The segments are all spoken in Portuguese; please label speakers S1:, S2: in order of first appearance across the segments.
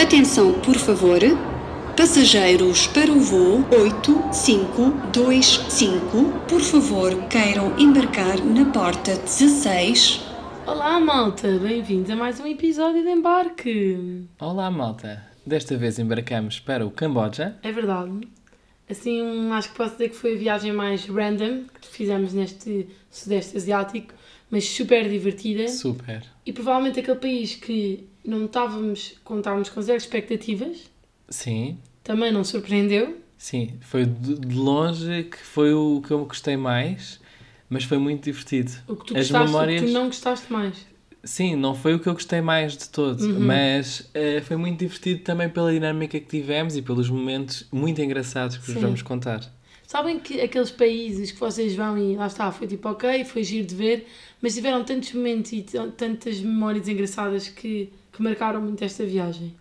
S1: Atenção, por favor. Passageiros para o voo 8525, por favor, queiram embarcar na porta 16.
S2: Olá, malta! Bem-vindos a mais um episódio de Embarque!
S3: Olá, malta! Desta vez embarcamos para o Camboja.
S2: É verdade. Assim, hum, acho que posso dizer que foi a viagem mais random que fizemos neste Sudeste Asiático, mas super divertida.
S3: Super.
S2: E provavelmente aquele país que não estávamos, contávamos com zero expectativas,
S3: Sim,
S2: também não surpreendeu.
S3: sim. Foi de de longe que foi o que eu gostei mais, mas foi muito divertido.
S2: O que tu gostaste, o que tu não gostaste mais.
S3: Sim, não foi o que eu gostei mais de todo,
S2: Uhum.
S3: mas eh, foi muito divertido também pela dinâmica que tivemos e pelos momentos muito engraçados que
S2: Sim.
S3: vos vamos contar.
S2: Sabem que aqueles países que vocês vão e lá está, foi tipo ok, foi giro de ver, mas tiveram tantos momentos e t- tantas memórias engraçadas que, que marcaram muito esta viagem.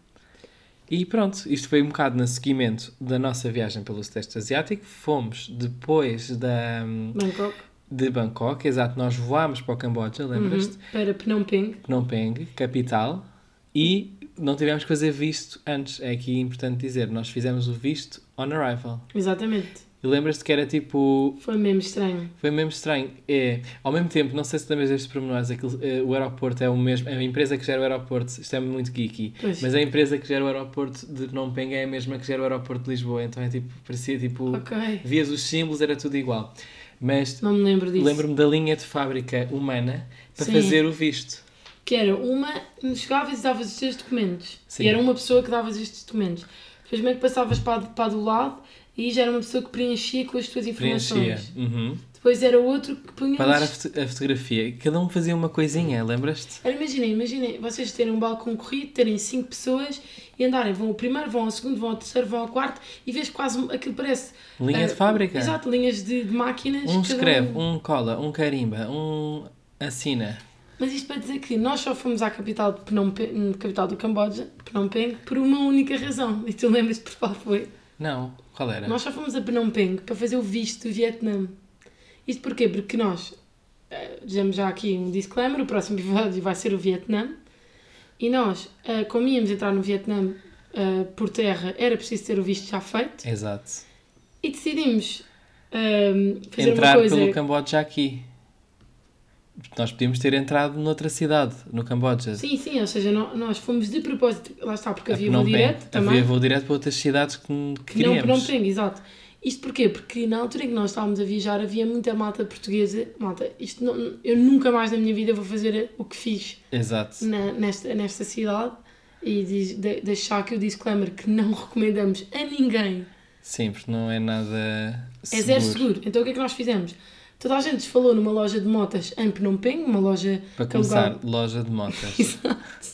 S3: E pronto, isto foi um bocado no seguimento da nossa viagem pelo Sudeste Asiático. Fomos depois da, hum,
S2: Bangkok,
S3: de Bangkok, exato, nós voámos para o Camboja,
S2: Uhum.
S3: lembras-te?
S2: para Phnom Penh,
S3: Phnom Penh, capital, e não tivemos que fazer visto antes. É aqui importante dizer, nós fizemos o visto on arrival.
S2: exatamente.
S3: E lembras-te que era tipo.
S2: Foi mesmo estranho.
S3: Foi mesmo estranho. É, ao mesmo tempo, não sei se lembras destes pormenores, aquilo, eh, o aeroporto é o mesmo. A empresa que gera o aeroporto, isto é muito geeky,
S2: Pois.
S3: mas é a empresa que gera o aeroporto de Phnom Penh é a mesma que gera o aeroporto de Lisboa, então é tipo, parecia tipo.
S2: Ok,
S3: Vias os símbolos, era tudo igual. Mas
S2: não me lembro disso.
S3: lembro-me da linha de fábrica humana para
S2: Sim.
S3: fazer o visto.
S2: Que era uma, chegavas e davas os teus documentos.
S3: Sim.
S2: E era uma pessoa que davas estes documentos. Depois meio que passavas para, para do lado e já era uma pessoa que preenchia com as tuas informações.
S3: Preenchia. Uhum.
S2: Depois era outro que punha
S3: Para dar a, foto- a fotografia, cada um fazia uma coisinha, lembras-te?
S2: Ora, imaginem, imaginem, vocês terem um balcão corrido, terem cinco pessoas e andarem, vão ao primeiro, vão ao segundo, vão ao terceiro, vão ao quarto e vês quase um- aquilo parece.
S3: Linha
S2: eh,
S3: de fábrica.
S2: Exato, linhas de, de máquinas.
S3: Um
S2: cada
S3: escreve, um cola, um carimba, um assina.
S2: Mas isto para dizer que nós só fomos à capital, de Phnom Penh, capital do Camboja, Phnom Penh, por uma única razão. E tu lembras por qual foi?
S3: Não, qual era?
S2: Nós só fomos a Phnom Penh para fazer o visto do Vietnã. Isto porquê? Porque nós, eh, dizemos já aqui um disclaimer, o próximo episódio vai ser o Vietnã. E nós, eh, como íamos entrar no Vietnã eh, por terra, era preciso ter o visto já feito.
S3: Exato.
S2: E decidimos eh, fazer
S3: Entrar
S2: uma coisa...
S3: pelo Camboja aqui. Nós podíamos ter entrado noutra cidade, no Camboja.
S2: Sim, sim, ou seja, nó- nós fomos de propósito, lá está, porque
S3: A
S2: havia
S3: Phnom
S2: voo
S3: Penh.
S2: direto também.
S3: Havia voo direto para outras cidades que que
S2: Não,
S3: queríamos.
S2: Phnom Penh, exato. Isto porquê? Porque na altura em que nós estávamos a viajar havia muita malta portuguesa. Malta, isto não- eu nunca mais na minha vida vou fazer o que fiz
S3: Exato.
S2: na- nesta, nesta cidade. E diz, de, deixar aqui o disclaimer que não recomendamos a ninguém.
S3: Sim, porque não é nada
S2: É zero seguro. Então o que é que nós fizemos? Toda a gente falou numa loja de motas em Phnom Penh, uma loja
S3: Para
S2: que alugava-
S3: começar, loja de motas.
S2: Exato.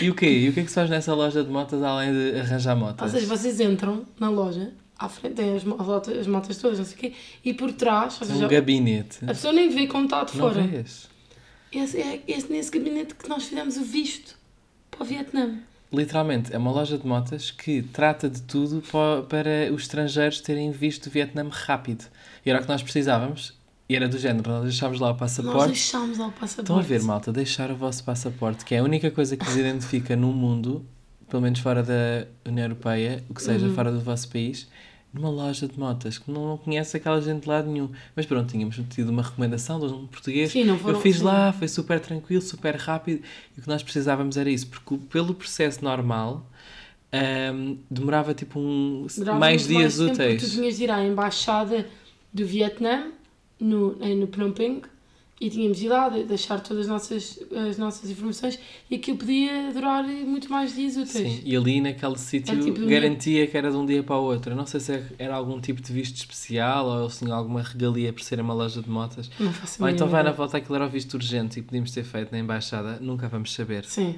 S3: e o quê? E o que é que se faz nessa loja de motas além de arranjar
S2: Ou
S3: motas?
S2: seja, vocês entram na loja, à frente tem as, mo- as, motas- as motas todas, não sei o quê, e por trás, ou seja,
S3: Um gabinete.
S2: a pessoa nem vê como está de
S3: Não
S2: fora.
S3: vês?
S2: Esse, é esse nesse gabinete que nós fizemos o visto para o Vietnã.
S3: Literalmente, é uma loja de motas que trata de tudo pa- para os estrangeiros terem visto o Vietnã rápido. E era o que nós precisávamos. E era do género, nós deixámos lá o
S2: Nós
S3: passaporte.
S2: deixámos lá o passaporte.
S3: Então Estão a ver, malta, deixar o vosso passaporte, que é a única coisa que vos identifica no mundo, pelo menos fora da União Europeia, o que seja,
S2: Uhum.
S3: fora do vosso país, numa loja de motas, que não, não conhece aquela gente de lado nenhum. Mas pronto, tínhamos tido uma recomendação de um português.
S2: Sim, não foram-
S3: Eu fiz
S2: sim.
S3: lá, foi super tranquilo, super rápido, e o que nós precisávamos era isso, porque o- pelo processo normal. ahm, demorava tipo um,
S2: Durava
S3: mais
S2: muito
S3: dias
S2: tempo, porque Tu
S3: úteis.
S2: tinhas de ir à embaixada do Vietnã, no, eh, no Phnom Penh, e tínhamos de ir lá, de- deixar todas as nossas, as nossas informações, e aquilo podia durar muito mais dias úteis.
S3: Sim, e ali naquele sítio
S2: tipo de um
S3: garantia que era de um dia para o outro. Eu não sei se era algum tipo de visto especial ou se tinha alguma regalia por ser uma loja de motas.
S2: Não faço a
S3: Ou
S2: mínima
S3: então vai na
S2: ideia.
S3: volta aquilo era o visto urgente e podíamos ter feito na embaixada, nunca vamos saber.
S2: Sim.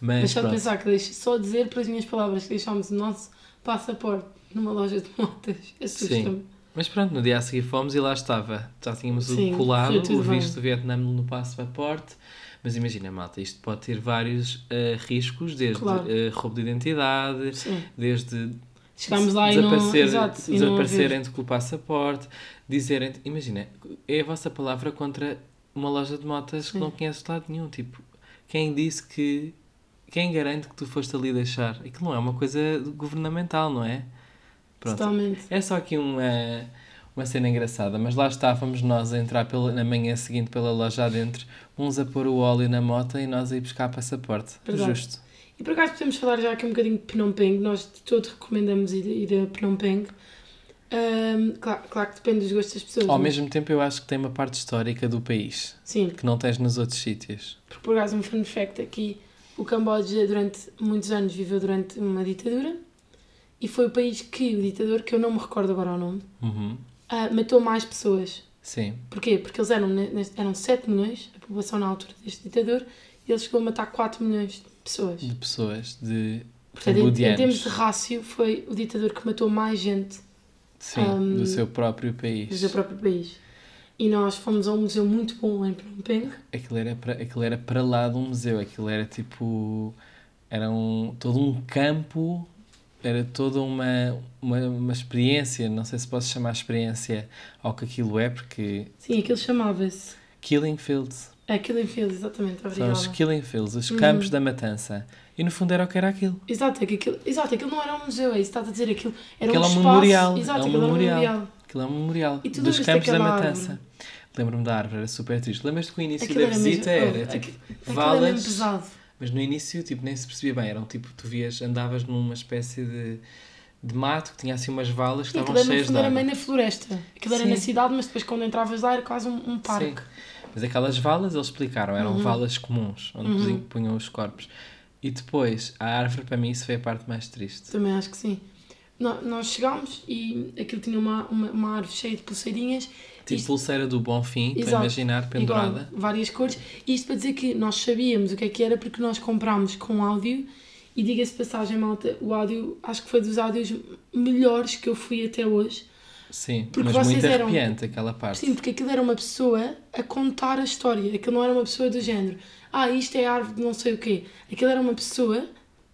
S3: Mas
S2: Deixa de
S3: pronto,
S2: pensar que deixo, só dizer pelas minhas palavras que deixámos o nosso passaporte numa loja de motas. Assusta-me.
S3: mas pronto, no dia a seguir fomos e lá estava. Já tínhamos o
S2: Sim,
S3: colado,
S2: correu tudo
S3: o
S2: bem.
S3: visto do Vietnã no passaporte. Mas imagina, malta, isto pode ter vários eh, riscos, desde
S2: Claro.
S3: eh, roubo de identidade,
S2: Sim.
S3: desde
S2: Chegámos lá e não.
S3: desaparecer,
S2: Exato, e não haver.
S3: desaparecerem-te com o passaporte, dizerem imagina, é a vossa palavra contra uma loja de motas que não conheces de lado nenhum. Tipo, quem disse que, quem garante que tu foste ali deixar? Aquilo não é uma coisa governamental, não é? Pronto.
S2: Totalmente.
S3: É só aqui uma, uma cena engraçada, mas lá estávamos nós a entrar pela, na manhã seguinte pela loja adentro, uns a pôr o óleo na moto e nós a ir buscar passaporte.
S2: Verdade.
S3: Justo.
S2: E por acaso podemos falar já aqui um bocadinho de Phnom Penh, nós de todo recomendamos ir, ir a Phnom Penh. Ahm, claro, claro que depende dos gostos das pessoas.
S3: Ao
S2: mas-
S3: Oh, mesmo tempo, eu acho que tem uma parte histórica do país
S2: Sim,
S3: que não tens nos outros sítios.
S2: porque por acaso um fun fact aqui, o Camboja durante muitos anos viveu durante uma ditadura e foi o país que, o ditador, que eu não me recordo agora o nome,
S3: Uhum.
S2: ah, matou mais pessoas.
S3: Sim.
S2: Porquê? Porque eles eram, ne- neste- eram 7 milhões, a população na altura deste ditador, e ele chegou a matar 4 milhões de pessoas.
S3: De pessoas, de
S2: Portanto, em, em termos
S3: cambodianos.
S2: de rácio, foi o ditador que matou mais gente
S3: Sim,
S2: Ahm,
S3: do seu próprio país.
S2: um, do seu próprio país. E nós fomos a um museu muito bom em Phnom Penh.
S3: Aquilo era para, aquilo era para lá de um museu, aquilo era tipo. Era um, todo um campo, era toda uma, uma, uma experiência, não sei se posso chamar experiência ao que aquilo é, porque.
S2: Sim, aquilo chamava-se
S3: Killing Fields.
S2: é Killing Fields, exatamente,
S3: São
S2: obrigada. Uhum.
S3: os Killing Fields, os campos da matança. E no fundo era o que era aquilo.
S2: Exato, é que aquilo, exato, aquilo não era um museu, é isso que estás a dizer, aquilo era um
S3: Aquilo é um
S2: espaço.
S3: memorial,
S2: Exato,
S3: é um
S2: aquilo era
S3: memorial.
S2: um memorial.
S3: Aquilo é um memorial
S2: E tu
S3: dos
S2: lembras-te
S3: campos da
S2: daquela
S3: matança. Lembro-me da árvore, era super triste. Lembras-te que o início
S2: Aquilo
S3: da
S2: era mesmo-
S3: visita
S2: oh,
S3: era
S2: aquilo-
S3: tipo
S2: Aquilo era mesmo
S3: valas,
S2: pesado.
S3: mas no início tipo, nem se percebia bem. Eram tipo, tu vias, andavas numa espécie de, de mato que tinha assim umas valas que
S2: Sim, aquilo
S3: estavam
S2: era, no
S3: cheias de
S2: fundo, era meio
S3: água.
S2: na floresta. Aquilo era
S3: Sim.
S2: na cidade, mas depois quando entravas lá era quase um, um parque. Uhum.
S3: Sim. Mas aquelas valas eles explicaram, eram valas comuns, onde punham- punham os corpos. E depois, a árvore, para mim, isso foi a parte mais triste.
S2: Também acho que sim. No- Nós chegámos e aquilo tinha uma, uma, uma árvore cheia de pulseirinhas.
S3: Tipo
S2: Isto-
S3: pulseira do bom fim, para
S2: Exato.
S3: imaginar,
S2: igual,
S3: pendurada.
S2: várias cores. E isto para dizer que nós sabíamos o que é que era porque nós comprámos com áudio. E diga-se de passagem, malta, o áudio, acho que foi dos áudios melhores que eu fui até hoje.
S3: Sim,
S2: Porque
S3: mas
S2: vocês
S3: muito
S2: eram-
S3: arrepiante aquela parte.
S2: Sim, porque aquilo era uma pessoa a contar a história. Aquilo não era uma pessoa do género. Ah, isto é árvore de não sei o quê. Aquilo era uma pessoa,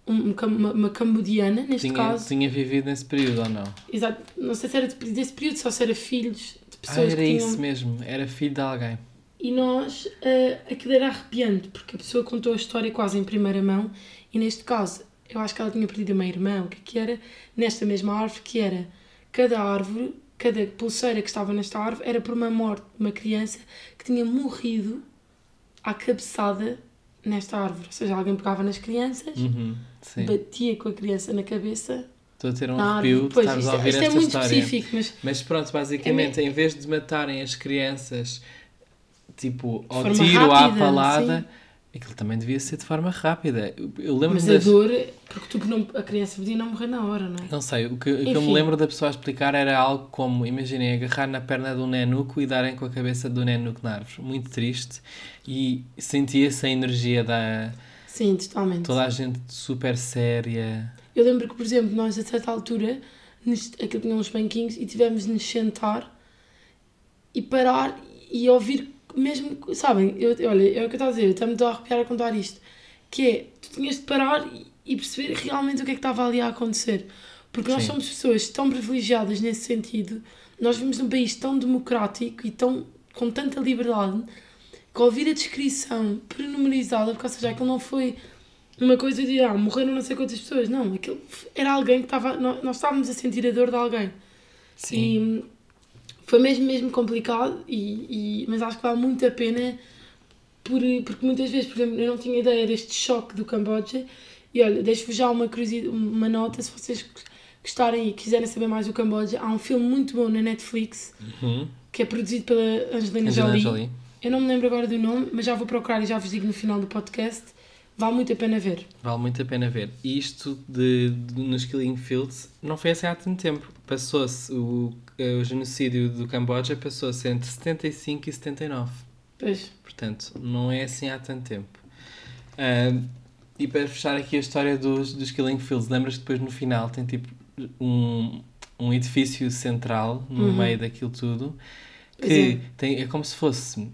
S2: um- um cam- uma, uma cambodiana, neste
S3: tinha,
S2: caso.
S3: tinha vivido nesse período ou não?
S2: Exato. Não sei se era de- desse período, só se era filhos de
S3: Ah,
S2: pessoas
S3: era
S2: que tinham...
S3: isso mesmo, era filho de alguém.
S2: E nós, eh, aquilo era arrepiante, porque a pessoa contou a história quase em primeira mão, e neste caso, eu acho que ela tinha perdido uma irmã, o que é que era, nesta mesma árvore, que era cada árvore, cada pulseira que estava nesta árvore, era por uma morte de uma criança que tinha morrido à cabeçada nesta árvore. Ou seja, alguém pegava nas crianças,
S3: Uhum, sim.
S2: batia com a criança na cabeça.
S3: Estou a ter um
S2: na
S3: arrepio
S2: árvore.
S3: de
S2: Ah, Pois,
S3: estarmos
S2: isto,
S3: a ouvir
S2: isto
S3: esta
S2: é muito
S3: história.
S2: específico, É mas
S3: Mas pronto, basicamente, em vez de matarem as crianças, tipo, ao
S2: forma
S3: tiro, à
S2: rápida,
S3: palada, aquilo também devia ser de forma rápida. Eu- Eu lembro-me
S2: Mas a
S3: das...
S2: dor, porque tu não, a criança podia não morrer na hora, não é?
S3: Não sei, o que, o que eu me
S2: Enfim.
S3: lembro da pessoa a explicar era algo como, imaginem, agarrar na perna de um nenuco e darem com a cabeça do nenuco na árvore. Muito triste. E sentia-se a energia da...
S2: Sim, totalmente.
S3: Toda a gente super séria.
S2: Eu lembro que, por exemplo, nós a certa altura, nos, aquilo tinha uns banquinhos e tivemos de nos sentar e parar e ouvir, mesmo, que- sabem, eu, olha, é o que eu estou a dizer, eu também estou a arrepiar a contar isto, que é, tu tinhas de parar e, e perceber realmente o que é que estava ali a acontecer. Porque nós
S3: Sim.
S2: somos pessoas tão privilegiadas nesse sentido, nós vivemos num país tão democrático e tão, com tanta liberdade, que ouvir a descrição pormenorizada, porque, ou seja, aquilo não foi uma coisa de ah, morreram não sei quantas pessoas. Não, aquilo f- era alguém que estava. nó- Nós estávamos a sentir a dor de alguém. E hum, foi mesmo, mesmo complicado, e, e- mas acho que vale muito a pena, por, porque muitas vezes, por exemplo, eu não tinha ideia deste choque do Camboja. E olha, deixo-vos já uma curiosidade, uma nota, se vocês gostarem e quiserem saber mais do Camboja, há um filme muito bom na Netflix,
S3: Uhum.
S2: que é produzido pela Angelina,
S3: Angelina
S2: Jolie.
S3: Jolie.
S2: Eu não me lembro agora do nome, mas já vou procurar e já vos digo no final do podcast. Vale muito a pena ver.
S3: Vale muito a pena ver. E isto de, de- nos Killing Fields não foi assim há tanto tempo. Passou-se o, eh, o genocídio do Camboja passou-se entre 75 e 79.
S2: Pois.
S3: Portanto, não é assim há tanto tempo. Ah, e para fechar aqui a história dos, dos Killing Fields, lembras que depois no final tem tipo um, um edifício central no
S2: Uhum.
S3: meio daquilo tudo
S2: Pois
S3: que
S2: é.
S3: tem, é como se fosse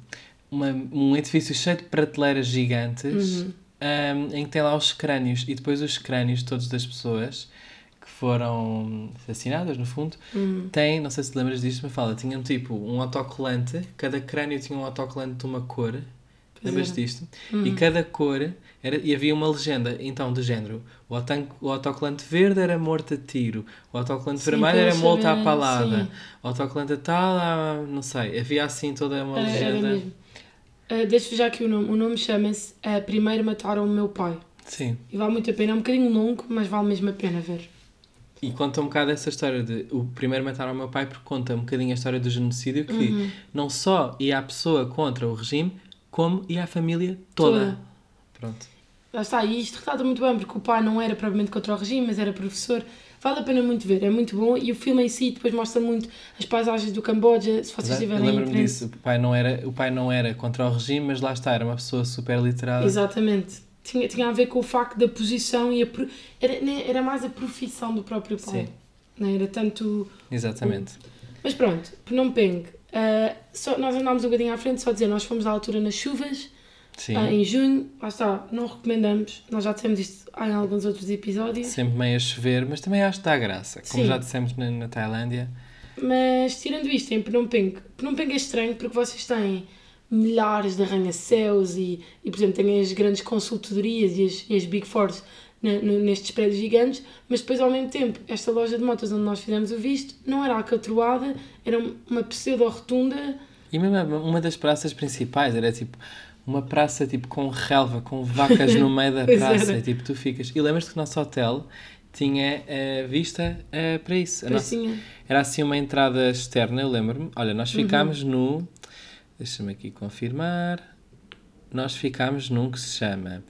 S3: uma, um edifício cheio de prateleiras gigantes ahm, em que tem lá os crânios e depois os crânios todos das pessoas que foram assassinadas no fundo
S2: Hum.
S3: tem, não sei se te lembras disto, mas fala, tinham tipo um autocolante, cada crânio tinha um autocolante de uma cor lembras
S2: era.
S3: disto? E
S2: Uhum.
S3: cada cor era, e havia uma legenda, então, do género: o, autan- o autocolante verde era morto a tiro, o autocolante
S2: Sim,
S3: vermelho
S2: para
S3: era
S2: eles
S3: morto à
S2: saberem,
S3: palada,
S2: sim.
S3: o autocolante tal, ah, não sei. Havia assim toda uma
S2: Era, era
S3: legenda.
S2: mesmo. Ah, Deixo-vos já aqui o nome. O nome chama-se ah, Primeiro Mataram o Meu Pai.
S3: Sim.
S2: E vale muito a pena. É um bocadinho longo, mas vale mesmo a pena ver.
S3: E conta um bocado essa história de o primeiro mataram o meu pai porque conta um bocadinho a história do genocídio que
S2: Uhum.
S3: não só ia à pessoa contra o regime, como ia à família toda.
S2: Toda.
S3: Pronto.
S2: Lá está, e isto retrata muito bem, porque o pai não era propriamente contra o regime, mas era professor. Vale a pena muito ver, é muito bom. E o filme em si depois mostra muito as paisagens do Camboja, se vocês
S3: Exato. Eu
S2: tiverem
S3: lembro-me
S2: interesse.
S3: disso, o pai, não era, o pai não era contra o regime, mas lá está, era uma pessoa super literada.
S2: Exatamente. Tinha, tinha a ver com o facto da posição e a. pro- Era, né, era mais a profissão do próprio pai.
S3: Sim.
S2: Não era tanto.
S3: Exatamente.
S2: Uhum. Mas pronto, Phnom Penh. ah, só, nós andámos um bocadinho à frente, só dizer, nós fomos à altura nas chuvas,
S3: Sim.
S2: ah, em junho, lá está, não recomendamos, nós já dissemos isto em alguns outros episódios.
S3: Sempre meio a chover, mas também acho que dá graça. Como
S2: Sim.
S3: já dissemos na, na Tailândia.
S2: Mas tirando isto em Phnom Penh, Phnom Penh é estranho porque vocês têm milhares de arranha-céus e, e, por exemplo, têm as grandes consultorias e as, e as Big Fours na- no- nestes prédios gigantes, mas depois, ao mesmo tempo, esta loja de motos onde nós fizemos o visto não era acatroada, era um- uma pseudo-rotunda.
S3: E mesmo a- uma das praças principais era tipo uma praça tipo com relva, com vacas no meio da
S2: Pois
S3: praça.
S2: era.
S3: E, tipo, tu ficas. E lembras-te que o nosso hotel tinha eh, vista eh, para isso. A
S2: Pois
S3: nossa-
S2: tinha.
S3: Era assim uma entrada externa, eu lembro-me. Olha, nós
S2: Uhum.
S3: ficámos no. Deixa-me aqui confirmar. Nós ficámos num que se chama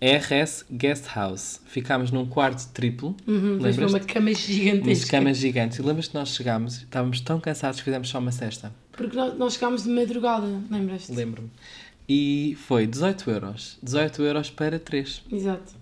S3: RS Guest House. Ficámos num quarto triplo.
S2: Uhum, mas foi
S3: lembras-te?
S2: uma cama
S3: Umas
S2: gigantesca.
S3: camas gigantes. E lembras-te que nós chegámos, estávamos tão cansados que fizemos só uma cesta.
S2: Porque nós, nós chegámos de madrugada, lembras-te?
S3: Lembro-me. E foi 18 euros. 18 euros para 3.
S2: Exato.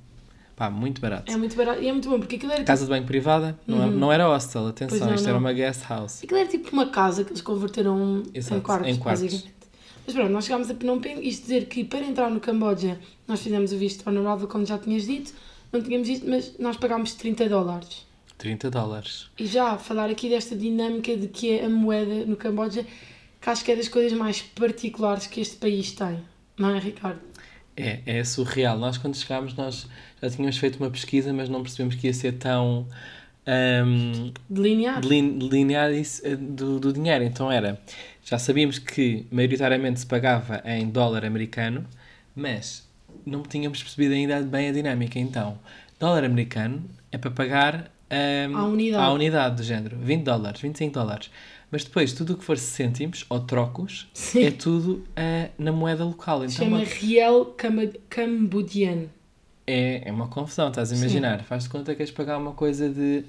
S3: Pá, muito barato.
S2: É muito barato e é muito bom porque aquilo era
S3: Casa de banho privada, não, é- não era hostel, atenção,
S2: não,
S3: isto era
S2: não.
S3: uma guest house.
S2: Aquilo era tipo uma casa que eles converteram
S3: Exato,
S2: em quartos,
S3: em quartos.
S2: basicamente. Mas pronto, nós chegámos a Phnom Penh, isto dizer que para entrar no Camboja nós fizemos o visto honorável, como já tinhas dito, não tínhamos dito, mas nós pagámos 30 dólares.
S3: 30 dólares.
S2: E já falar aqui desta dinâmica de que é a moeda no Camboja, que acho que é das coisas mais particulares que este país tem, não é, Ricardo?
S3: É, é surreal. Nós quando chegámos, nós já tínhamos feito uma pesquisa, mas não percebemos que ia ser tão hum, ahm,
S2: Delinear.
S3: delin- delineado isso, eh, do, do dinheiro. Então era, já sabíamos que maioritariamente se pagava em dólar americano, mas não tínhamos percebido ainda bem a dinâmica. Então, dólar americano é para pagar ahm,
S2: À unidade.
S3: à unidade do género, 20 dólares, 25 dólares. Mas depois, tudo o que for cêntimos ou trocos,
S2: Sim.
S3: é tudo ah, na moeda local.
S2: Se
S3: Então,
S2: chama
S3: uma-
S2: Riel Camba- Cambodiano.
S3: é, é uma confusão, estás a imaginar. Faz-te conta que queres pagar uma coisa de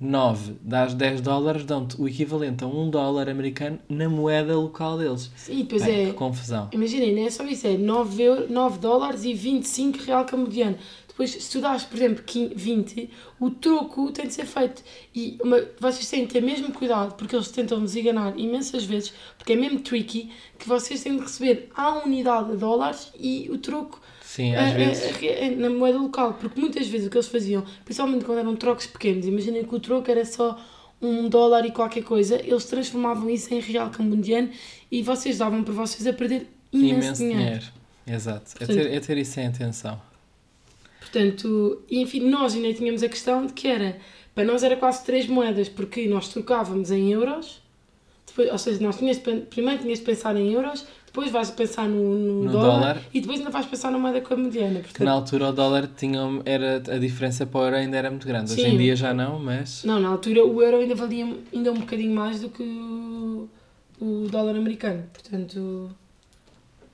S3: 9, dás 10 dólares, dão-te o equivalente a 1 dólar americano na moeda local deles.
S2: Sim, depois
S3: Bem,
S2: é.
S3: Que confusão.
S2: Imaginem, não é só isso, é 9, eu- 9 dólares e 25 real cambodiano. Depois, se tu dás, por exemplo, 15 20, o troco tem de ser feito. E uma, vocês têm de ter mesmo cuidado, porque eles tentam nos enganar imensas vezes, porque é mesmo tricky, que vocês têm de receber a unidade de dólares e o troco
S3: Sim,
S2: eh,
S3: às
S2: eh,
S3: vezes.
S2: eh, na moeda local. Porque muitas vezes o que eles faziam, principalmente quando eram trocos pequenos, imaginem que o troco era só um dólar e qualquer coisa, eles transformavam isso em real cambodiano e vocês davam para vocês a perder imenso,
S3: Imenso dinheiro.
S2: dinheiro.
S3: Exato. É
S2: Portanto-
S3: ter, é ter isso em atenção.
S2: Portanto, e enfim, nós ainda tínhamos a questão de que era, para nós era quase três moedas, porque nós trocávamos em euros, depois, ou seja, nós tinhas de pen- primeiro tinhas de pensar em euros, depois vais pensar no, no
S3: No
S2: dólar,
S3: dólar.
S2: e depois ainda vais pensar na moeda cambodiana.
S3: Que
S2: Portanto,
S3: na altura o dólar tinha, um, era, a diferença para o euro ainda era muito grande. Hoje em
S2: Sim.
S3: dia já não, mas.
S2: Não, na altura o euro ainda valia ainda um bocadinho mais do que o, o dólar americano. Portanto.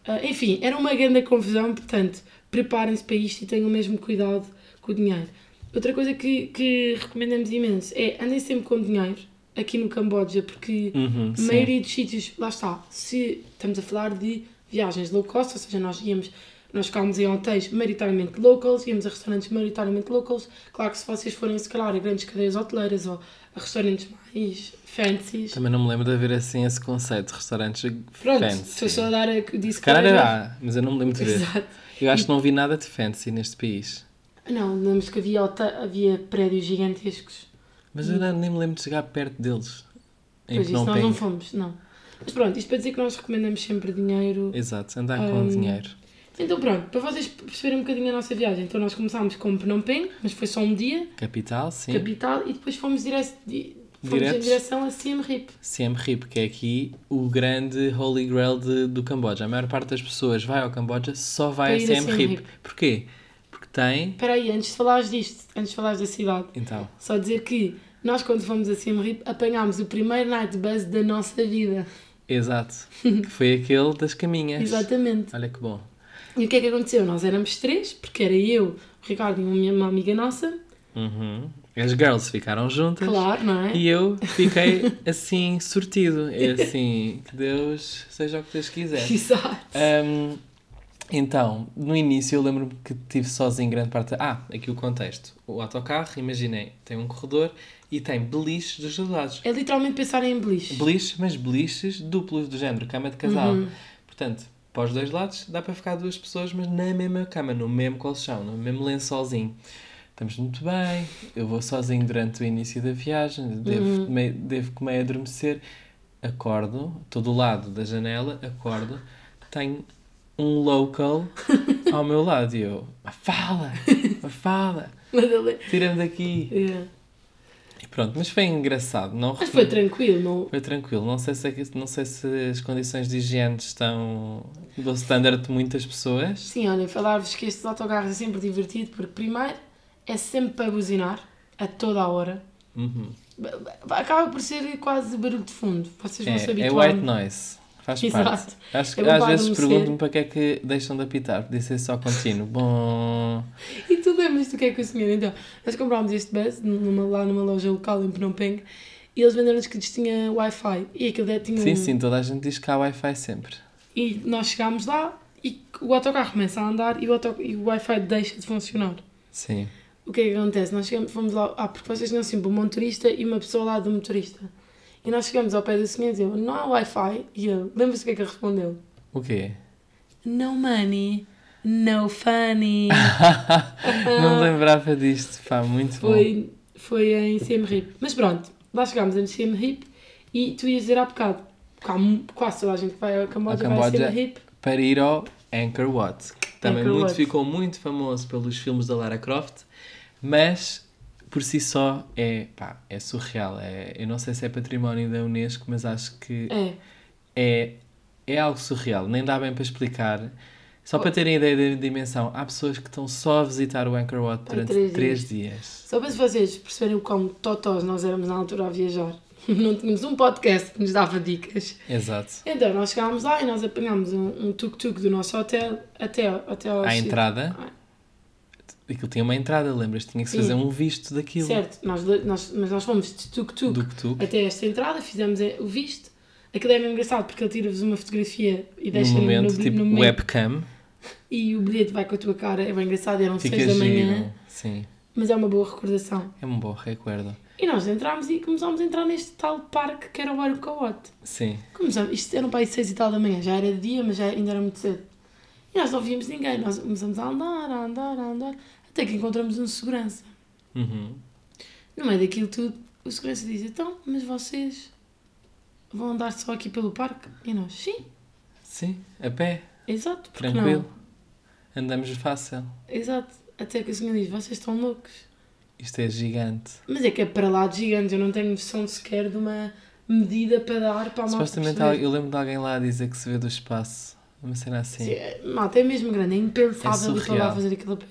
S2: ah, enfim, era uma grande confusão, portanto, preparem-se para isto e tenham o mesmo cuidado com o dinheiro. Outra coisa que, que recomendamos imenso é andem sempre com dinheiro aqui no Camboja, porque
S3: Uhum,
S2: a
S3: sim.
S2: maioria dos sítios, lá está, se estamos a falar de viagens low cost, ou seja, nós íamos, nós ficámos em hotéis maioritariamente locals, íamos a restaurantes maioritariamente locals, claro que se vocês forem, se calhar, a grandes cadeias hoteleiras ou a restaurantes mais fancies,
S3: Também não me lembro de haver assim esse conceito de restaurantes
S2: pronto,
S3: fancy.
S2: estou só a dar a que disse
S3: Se calhar
S2: era-
S3: era, mas eu não me lembro de ver.
S2: Exato.
S3: Eu acho que não vi nada de fancy neste país.
S2: Não, lembro que havia, hote- havia prédios gigantescos.
S3: Mas eu não- nem me lembro de chegar perto deles. Em
S2: Pois isso,
S3: Phnom
S2: nós
S3: Penh.
S2: não fomos, não. Mas pronto, isto para dizer que nós recomendamos sempre dinheiro
S3: Exato, andar com
S2: Hum,
S3: dinheiro.
S2: Então pronto, para vocês perceberem um bocadinho a nossa viagem, então nós começámos com Phnom Penh, mas foi só um dia,
S3: Capital, sim.
S2: capital, e depois fomos, direc- di- fomos em
S3: Diretos.
S2: direção a Siem Reap.
S3: Siem Reap, que é aqui o grande holy grail de- do Camboja. A maior parte das pessoas vai ao Camboja, só vai
S2: Para
S3: a
S2: ir a
S3: Siem
S2: Siem
S3: Reap. Porquê? Porque tem...
S2: Espera aí, antes de falares disto, antes de falares da cidade,
S3: Então,
S2: só dizer que nós quando fomos a Siem Reap apanhámos o primeiro night bus da nossa vida.
S3: exato. que foi aquele das caminhas.
S2: Exatamente.
S3: Olha que bom.
S2: E o que é que aconteceu? Nós éramos três, porque era eu, o Ricardo e uma uma amiga nossa,
S3: Uhum. As girls ficaram juntas.
S2: claro, não é?
S3: E eu fiquei assim, sortido. É assim, que Deus seja o que Deus quiser.
S2: Exato.
S3: Eh. Ahm, então, no início eu lembro-me que estive sozinho grande parte. Ah, aqui o contexto. O autocarro, imaginei, tem um corredor e tem beliches dos dois lados.
S2: É literalmente pensar em beliche.
S3: Beliches, mas beliches duplos, do género cama de casal. Portanto, para os dois lados dá para ficar duas pessoas, mas na mesma cama, no mesmo colchão, no mesmo lençolzinho. Estamos muito bem, eu vou sozinho durante o início da viagem, devo, meio, devo que meio adormecer. Acordo, estou do lado da janela, acordo, tenho um local ao meu lado e eu, fala, fala,
S2: Madalena.
S3: tira-me daqui.
S2: É.
S3: E pronto, mas foi engraçado, não
S2: Mas foi tranquilo, não?
S3: foi tranquilo. Não sei, se, é que- não sei se as condições de higiene estão do standard de muitas pessoas.
S2: Sim, olha, falar-vos que estes autocarros é sempre divertido, porque primeiro é sempre para buzinar, a toda a hora.
S3: Uhum.
S2: Ba- ba- Acaba por ser quase barulho de fundo. Vocês vão se
S3: É, é
S2: habituar.
S3: white noise. Faz
S2: Exato.
S3: parte. Acho que
S2: É bom
S3: às
S2: para
S3: vezes
S2: adormecer.
S3: pergunto-me para que é que deixam de apitar. Podia ser só contínuo. Bom.
S2: E tu lembras-te o que é que eu sonhei? Então, nós comprámos este bus numa- lá numa loja local em Phnom Penh e eles venderam-nos que isto tinha Wi-Fi. E aquilo é- tinha um-
S3: Sim, sim, toda a gente diz que há Wi-Fi sempre.
S2: E nós chegámos lá e o autocarro começa a andar e o, auto... e o Wi-Fi deixa de funcionar.
S3: Sim.
S2: O que é que acontece? Nós chegamos, fomos lá, ah, porque vocês tinham sempre um motorista e uma pessoa lá do um motorista. E nós chegamos ao pé do senhor e dizemos, não há Wi-Fi. E ele, lembra-se o que é que ele respondeu?
S3: O quê?
S2: No money, no funny. Ah.
S3: não me lembrava disto. Pá, muito bom.
S2: foi, foi em Siem Reap. Mas pronto, lá chegámos em Siem Reap e tu ias dizer há bocado, porque há mu- quase toda a gente que vai ao Camboja,
S3: Ao
S2: vai a Siem
S3: Camboja.
S2: Reap.
S3: Para ir ao Anchor Wat, que também
S2: Angkor
S3: muito,
S2: Wat.
S3: ficou muito famoso pelos filmes da Lara Croft, mas por si só é, pá, é surreal. É, eu não sei se é património da Unesco, mas acho que
S2: É,
S3: é, é algo surreal, nem dá bem para explicar. Só para terem ideia da dimensão, há pessoas que estão só a visitar o Anchor Wat
S2: Por
S3: durante
S2: três
S3: três, dias.
S2: só para vocês perceberem o quão totós nós éramos na altura a viajar. Não tínhamos um podcast que nos dava dicas.
S3: Exato.
S2: Então, nós chegámos lá e nós apanhámos um, um tuk-tuk do nosso hotel até, até ao
S3: À
S2: sítio.
S3: entrada,
S2: Ah.
S3: aquilo tinha uma entrada, lembras? Tinha que se
S2: é. Sim.
S3: fazer um visto daquilo.
S2: Certo, É nós, nós, mas nós fomos de
S3: Do
S2: tuk-tuk
S3: que tu.
S2: até esta entrada, fizemos eh, o visto. Aquilo é mesmo engraçado porque ele tira-vos uma fotografia e
S3: No
S2: deixa no,
S3: momento,
S2: no-
S3: tipo,
S2: no momento.
S3: webcam.
S2: E o bilhete vai com a tua cara, é bem engraçado, eram
S3: Fica
S2: seis da manhã,
S3: giro. Sim,
S2: mas é uma boa recordação.
S3: é um bom recuerdo.
S2: E nós entramos e começámos a entrar neste tal parque que era o Arcoate.
S3: Sim,
S2: Começámos, isto era um país seis e tal da manhã, já era de dia, mas já ainda era muito cedo. E nós não víamos ninguém, nós começamos a andar, a andar, a andar, até que encontramos um segurança.
S3: uhum.
S2: No meio daquilo tudo, o segurança diz: Então, mas vocês vão andar só aqui pelo parque? E nós: Sim,
S3: sim, a pé,
S2: exato, porque
S3: tranquilo.
S2: não?
S3: Andamos fácil.
S2: Exato. Até que o senhor diz: Vocês estão loucos.
S3: Isto é gigante.
S2: Mas é que é para lá de gigante, eu não tenho noção sequer de uma medida para dar para a malta.
S3: Supostamente
S2: perceber.
S3: al- eu lembro de alguém lá a dizer que se vê do espaço. Uma cena assim.
S2: Sim, é- Malta, é mesmo grande, é impensável
S3: É
S2: ir para lá
S3: surreal.
S2: fazer aquilo a pé.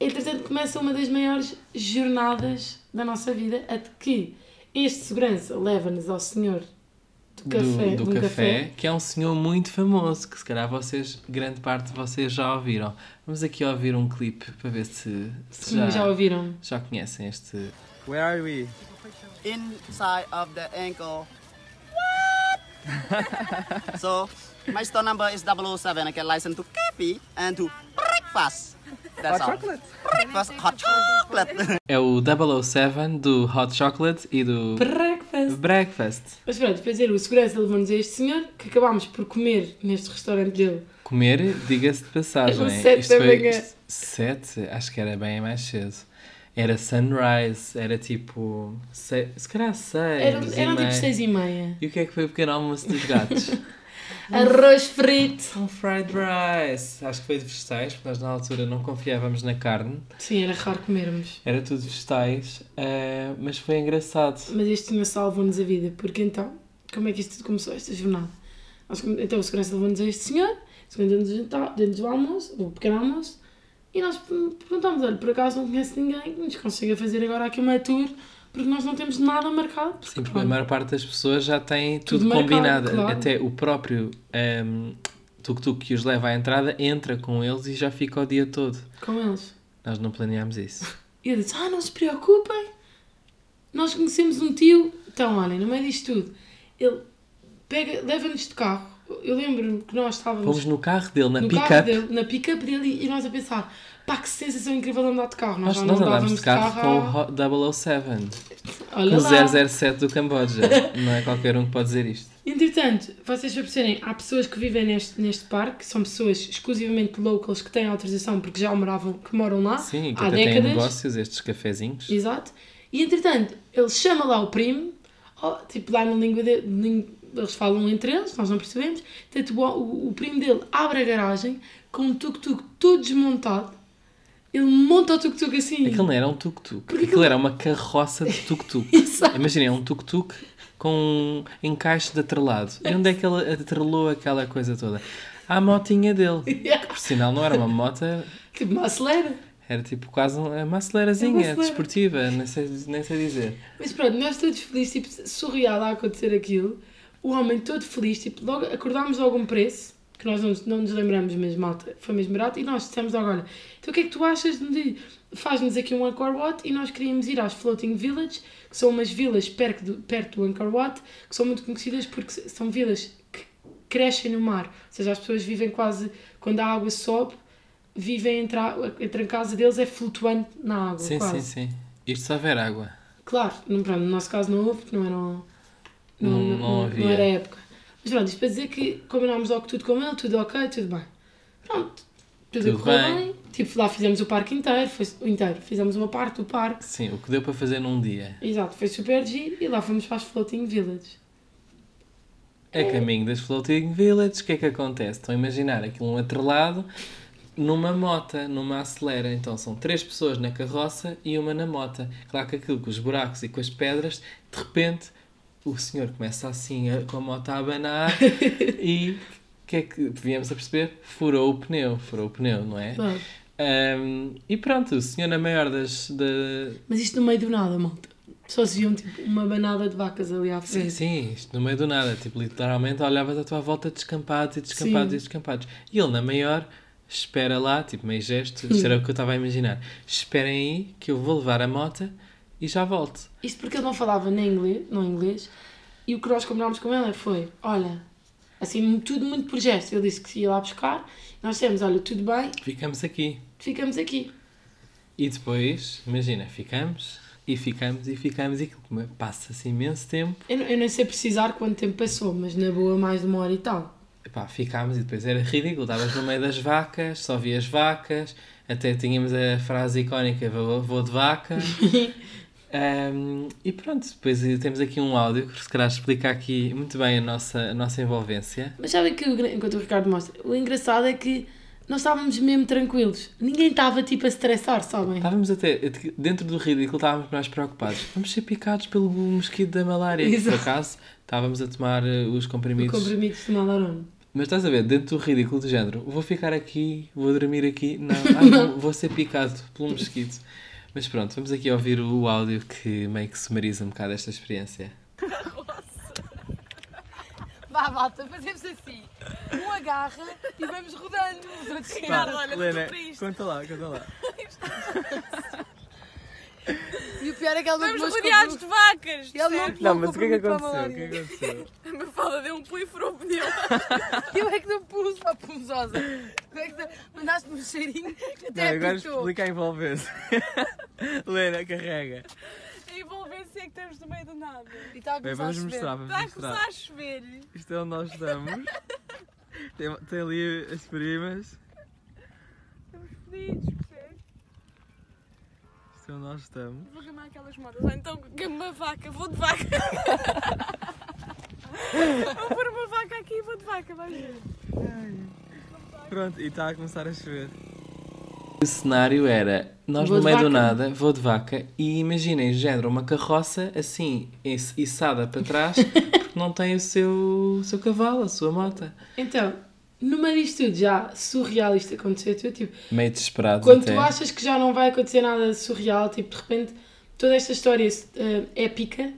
S2: Entretanto, começa uma das maiores jornadas da nossa vida, a de que este segurança leva-nos ao senhor do café.
S3: do,
S2: de
S3: do
S2: um
S3: café, que é um senhor muito famoso, que se calhar vocês, grande parte de vocês já ouviram. Vamos aqui ouvir um clipe para ver se, se
S2: Sim,
S3: já,
S2: já ouviram.
S3: já conhecem este.
S4: Where are we?
S5: inside of the ankle. What? so my store number is 007. I can license to coffee and to breakfast. That's all.
S4: chocolate.
S5: Breakfast hot chocolate.
S3: É o 007 do Hot Chocolate e do
S2: Breakfast.
S3: Breakfast.
S2: Mas pronto, para dizer, o segurança levou-nos a este senhor, que acabámos por comer neste restaurante dele.
S3: Comer, diga-se de passagem.
S2: Eram sete da manhã.
S3: isto- sete? Acho que era bem mais cedo. Era sunrise, era tipo. sei- se calhar seis.
S2: Eram,
S3: e
S2: eram tipo
S3: meia.
S2: seis e meia.
S3: E o que é que foi o pequeno almoço dos gatos?
S2: Arroz frito.
S3: Um fried rice. Acho que foi de vegetais, porque nós na altura não confiávamos na carne.
S2: Sim, era raro comermos.
S3: Era tudo vegetais, eh, mas foi engraçado.
S2: Mas este senhor salvou-nos a vida, porque então, como é que isto tudo começou, esta jornada? Nós come- então, o segurança levou-nos a este senhor, dentro do, jantar, dentro do almoço, do pequeno almoço, e nós per- perguntámos: olha, por acaso não conhece ninguém que nos consiga fazer agora aqui uma tour, porque nós não temos nada marcado. porque,
S3: Sim, porque a
S2: pronto,
S3: maior parte das pessoas já tem tudo,
S2: Tudo marcado,
S3: combinado.
S2: claro.
S3: Até o próprio ehm, tuk-tuk que os leva à entrada entra com eles e já fica o dia todo.
S2: Com eles.
S3: Nós não planeámos isso.
S2: E eu disse: Ah, não se preocupem, nós conhecemos um tio. Então, olhem, no meio disto tudo, ele pega, leva-nos de carro. Eu lembro-me que nós estávamos
S3: Fomos no carro dele, na
S2: no carro
S3: pick-up.
S2: dele, na pick-up dele, e nós a pensar: Pá, que sensação incrível de andar de carro. Nós,
S3: Nós,
S2: já
S3: nós
S2: não
S3: andámos
S2: andávamos
S3: de carro,
S2: há-
S3: com o Hot 007,
S2: Olha
S3: com
S2: lá.
S3: o 007 do Camboja. não é qualquer um que pode dizer isto.
S2: Entretanto, vocês já perceberem, há pessoas que vivem neste, neste parque, são pessoas exclusivamente locals que têm autorização porque já moravam, que moram lá
S3: Sim, que
S2: há
S3: até têm
S2: décadas.
S3: negócios, estes cafezinhos.
S2: Exato. E entretanto, ele chama lá o primo, ó, tipo lá na língua dele, ling- eles falam entre eles, nós não percebemos. Portanto, o, o- o primo dele abre a garagem com um tuk-tuk todo desmontado. Ele monta o tuk-tuk assim.
S3: Aquilo não era um tuk-tuk.
S2: Porque
S3: Aquilo era uma carroça de tuk-tuk.
S2: Exato.
S3: Imaginem, é um tuk-tuk com um encaixe de atrelado. E onde é que ele atrelou aquela coisa toda? À motinha dele. Que por sinal não era uma moto,
S2: Tipo, uma acelera.
S3: era tipo quase uma
S2: É uma
S3: macelerazinha
S2: acelera.
S3: desportiva, nem sei, nem sei dizer.
S2: Mas pronto, nós todos felizes, tipo, surreal a acontecer aquilo. O homem todo feliz, tipo, logo acordámos logo um preço, que nós não, nos- não nos lembramos mesmo, malta, foi mesmo barato, e nós dissemos logo, olha, então o que é que tu achas de... Faz-nos aqui um Angkor Wat e nós queríamos ir às Floating Village, que são umas vilas perto do, perto do Angkor Wat, que são muito conhecidas porque se- são vilas que crescem no mar. Ou seja, as pessoas vivem quase, quando a água sobe, vivem entre a, entre a casa deles, é flutuante na água,
S3: Sim,
S2: quase.
S3: sim, sim. Isto só ver água.
S2: Claro, no, pronto, no nosso caso não houve, porque não era, um- não,
S3: Não-
S2: não,
S3: não
S2: não
S3: havia.
S2: era época. Mas pronto, isto para dizer que combinámos logo tudo com ele, tudo ok, tudo bem. Pronto, tudo,
S3: Tudo
S2: correu
S3: bem.
S2: bem. Tipo, lá fizemos o parque inteiro, foi o inteiro, fizemos uma parte do parque.
S3: Sim, o que deu para fazer num dia.
S2: Exato, foi super giro e lá fomos para as Floating Village.
S3: A É caminho das Floating Village, o que é que acontece? Estão a imaginar aquilo um atrelado numa mota, numa acelera. Então são três pessoas na carroça e uma na mota. Claro que aquilo com os buracos e com as pedras, de repente o senhor começa assim a- com a moto a abanar e o que é que viemos a perceber? Furou o pneu, furou o pneu, não é?
S2: Claro.
S3: Ahm, e pronto, o senhor na maior das. da-
S2: Mas isto no meio do nada, malta. Só se viam tipo uma banada de vacas ali à
S3: Sim,
S2: frente.
S3: sim, isto no meio do nada. Tipo, literalmente olhavas à tua volta descampados e descampados
S2: Sim.
S3: e descampados. E ele, na maior, espera lá, tipo, meio gesto, isto era o que eu estava a imaginar. Esperem aí que eu vou levar a moto e já volto.
S2: Isto porque ele não falava nem inglês, não inglês, e o que nós combinámos com ele foi, olha, assim, tudo muito por gesto. Ele disse que se ia lá buscar, nós dissemos, olha, tudo bem,
S3: Ficamos aqui.
S2: ficamos aqui.
S3: E depois, imagina, ficamos e ficamos e ficamos e aquilo come- passa-se imenso tempo.
S2: Eu, não- eu nem sei precisar quanto tempo passou, mas na boa mais de uma hora e tal.
S3: Epá, ficámos e depois era ridículo. Estavas no meio das vacas, só vias vacas. Até tínhamos a frase icónica: vou, vou de vaca. Ahm, e pronto, depois temos aqui um áudio que se calhar explica aqui muito bem a nossa, a nossa envolvência.
S2: Mas sabem que, o gra- enquanto o Ricardo mostra, o engraçado é que nós estávamos mesmo tranquilos. Ninguém estava, tipo, a estressar, sabem?
S3: Estávamos até, dentro do ridículo, estávamos nós preocupados. Vamos ser picados pelo mosquito da malária. que, Por
S2: Exato.
S3: acaso, estávamos a tomar eh, os comprimidos.
S2: Comprimidos de Malarone.
S3: Mas estás a ver, dentro do ridículo do género, vou ficar aqui, vou dormir aqui, não, ah, não, vou ser picado pelo mosquito. Mas pronto, vamos aqui ouvir o áudio que meio que sumariza um bocado esta experiência.
S4: Vá, malta, fazemos assim. Um agarra e vamos rodando. Os outros Ricardo, olha, Lena, para isto. conta lá, conta lá. e o pior é que ela não
S6: Estamos rodeados de vacas.
S4: Ele não te levou para Malária.
S3: é aconteceu?
S6: A minha fala deu um pulo e furou o pneu.
S4: Eu é que não pus, pá, punzosa. Tu é que não- Mandaste-me um cheirinho que até apitou.
S3: a envolver-se. Lena, carrega.
S6: A envolvência é que estamos no meio do nada.
S4: E está a começar a chover.
S3: vamos
S6: Está a começar a chover.
S3: Isto é onde nós estamos. tem, ali as primas.
S6: Fodidos, percebes?
S3: Isto é onde nós estamos.
S6: Vou gamar aquelas modas. Ou então gama vaca, vou de vaca. Vou pôr uma vaca aqui e vou de vaca, vais ver.
S7: Pronto, e está a começar a chover.
S3: O cenário era, nós
S2: Vou
S3: no
S2: de
S3: meio
S2: vaca.
S3: do nada, vou de vaca, e imaginem, género, uma carroça assim, ess- içada para trás, porque não tem o seu, o seu cavalo, a sua mota.
S2: Então, no meio disto tudo já surreal isto acontecer, tu, tipo,
S3: Meio desesperado
S2: quando
S3: até.
S2: tu achas que já não vai acontecer nada surreal, tipo, de repente, toda esta história eh, épica,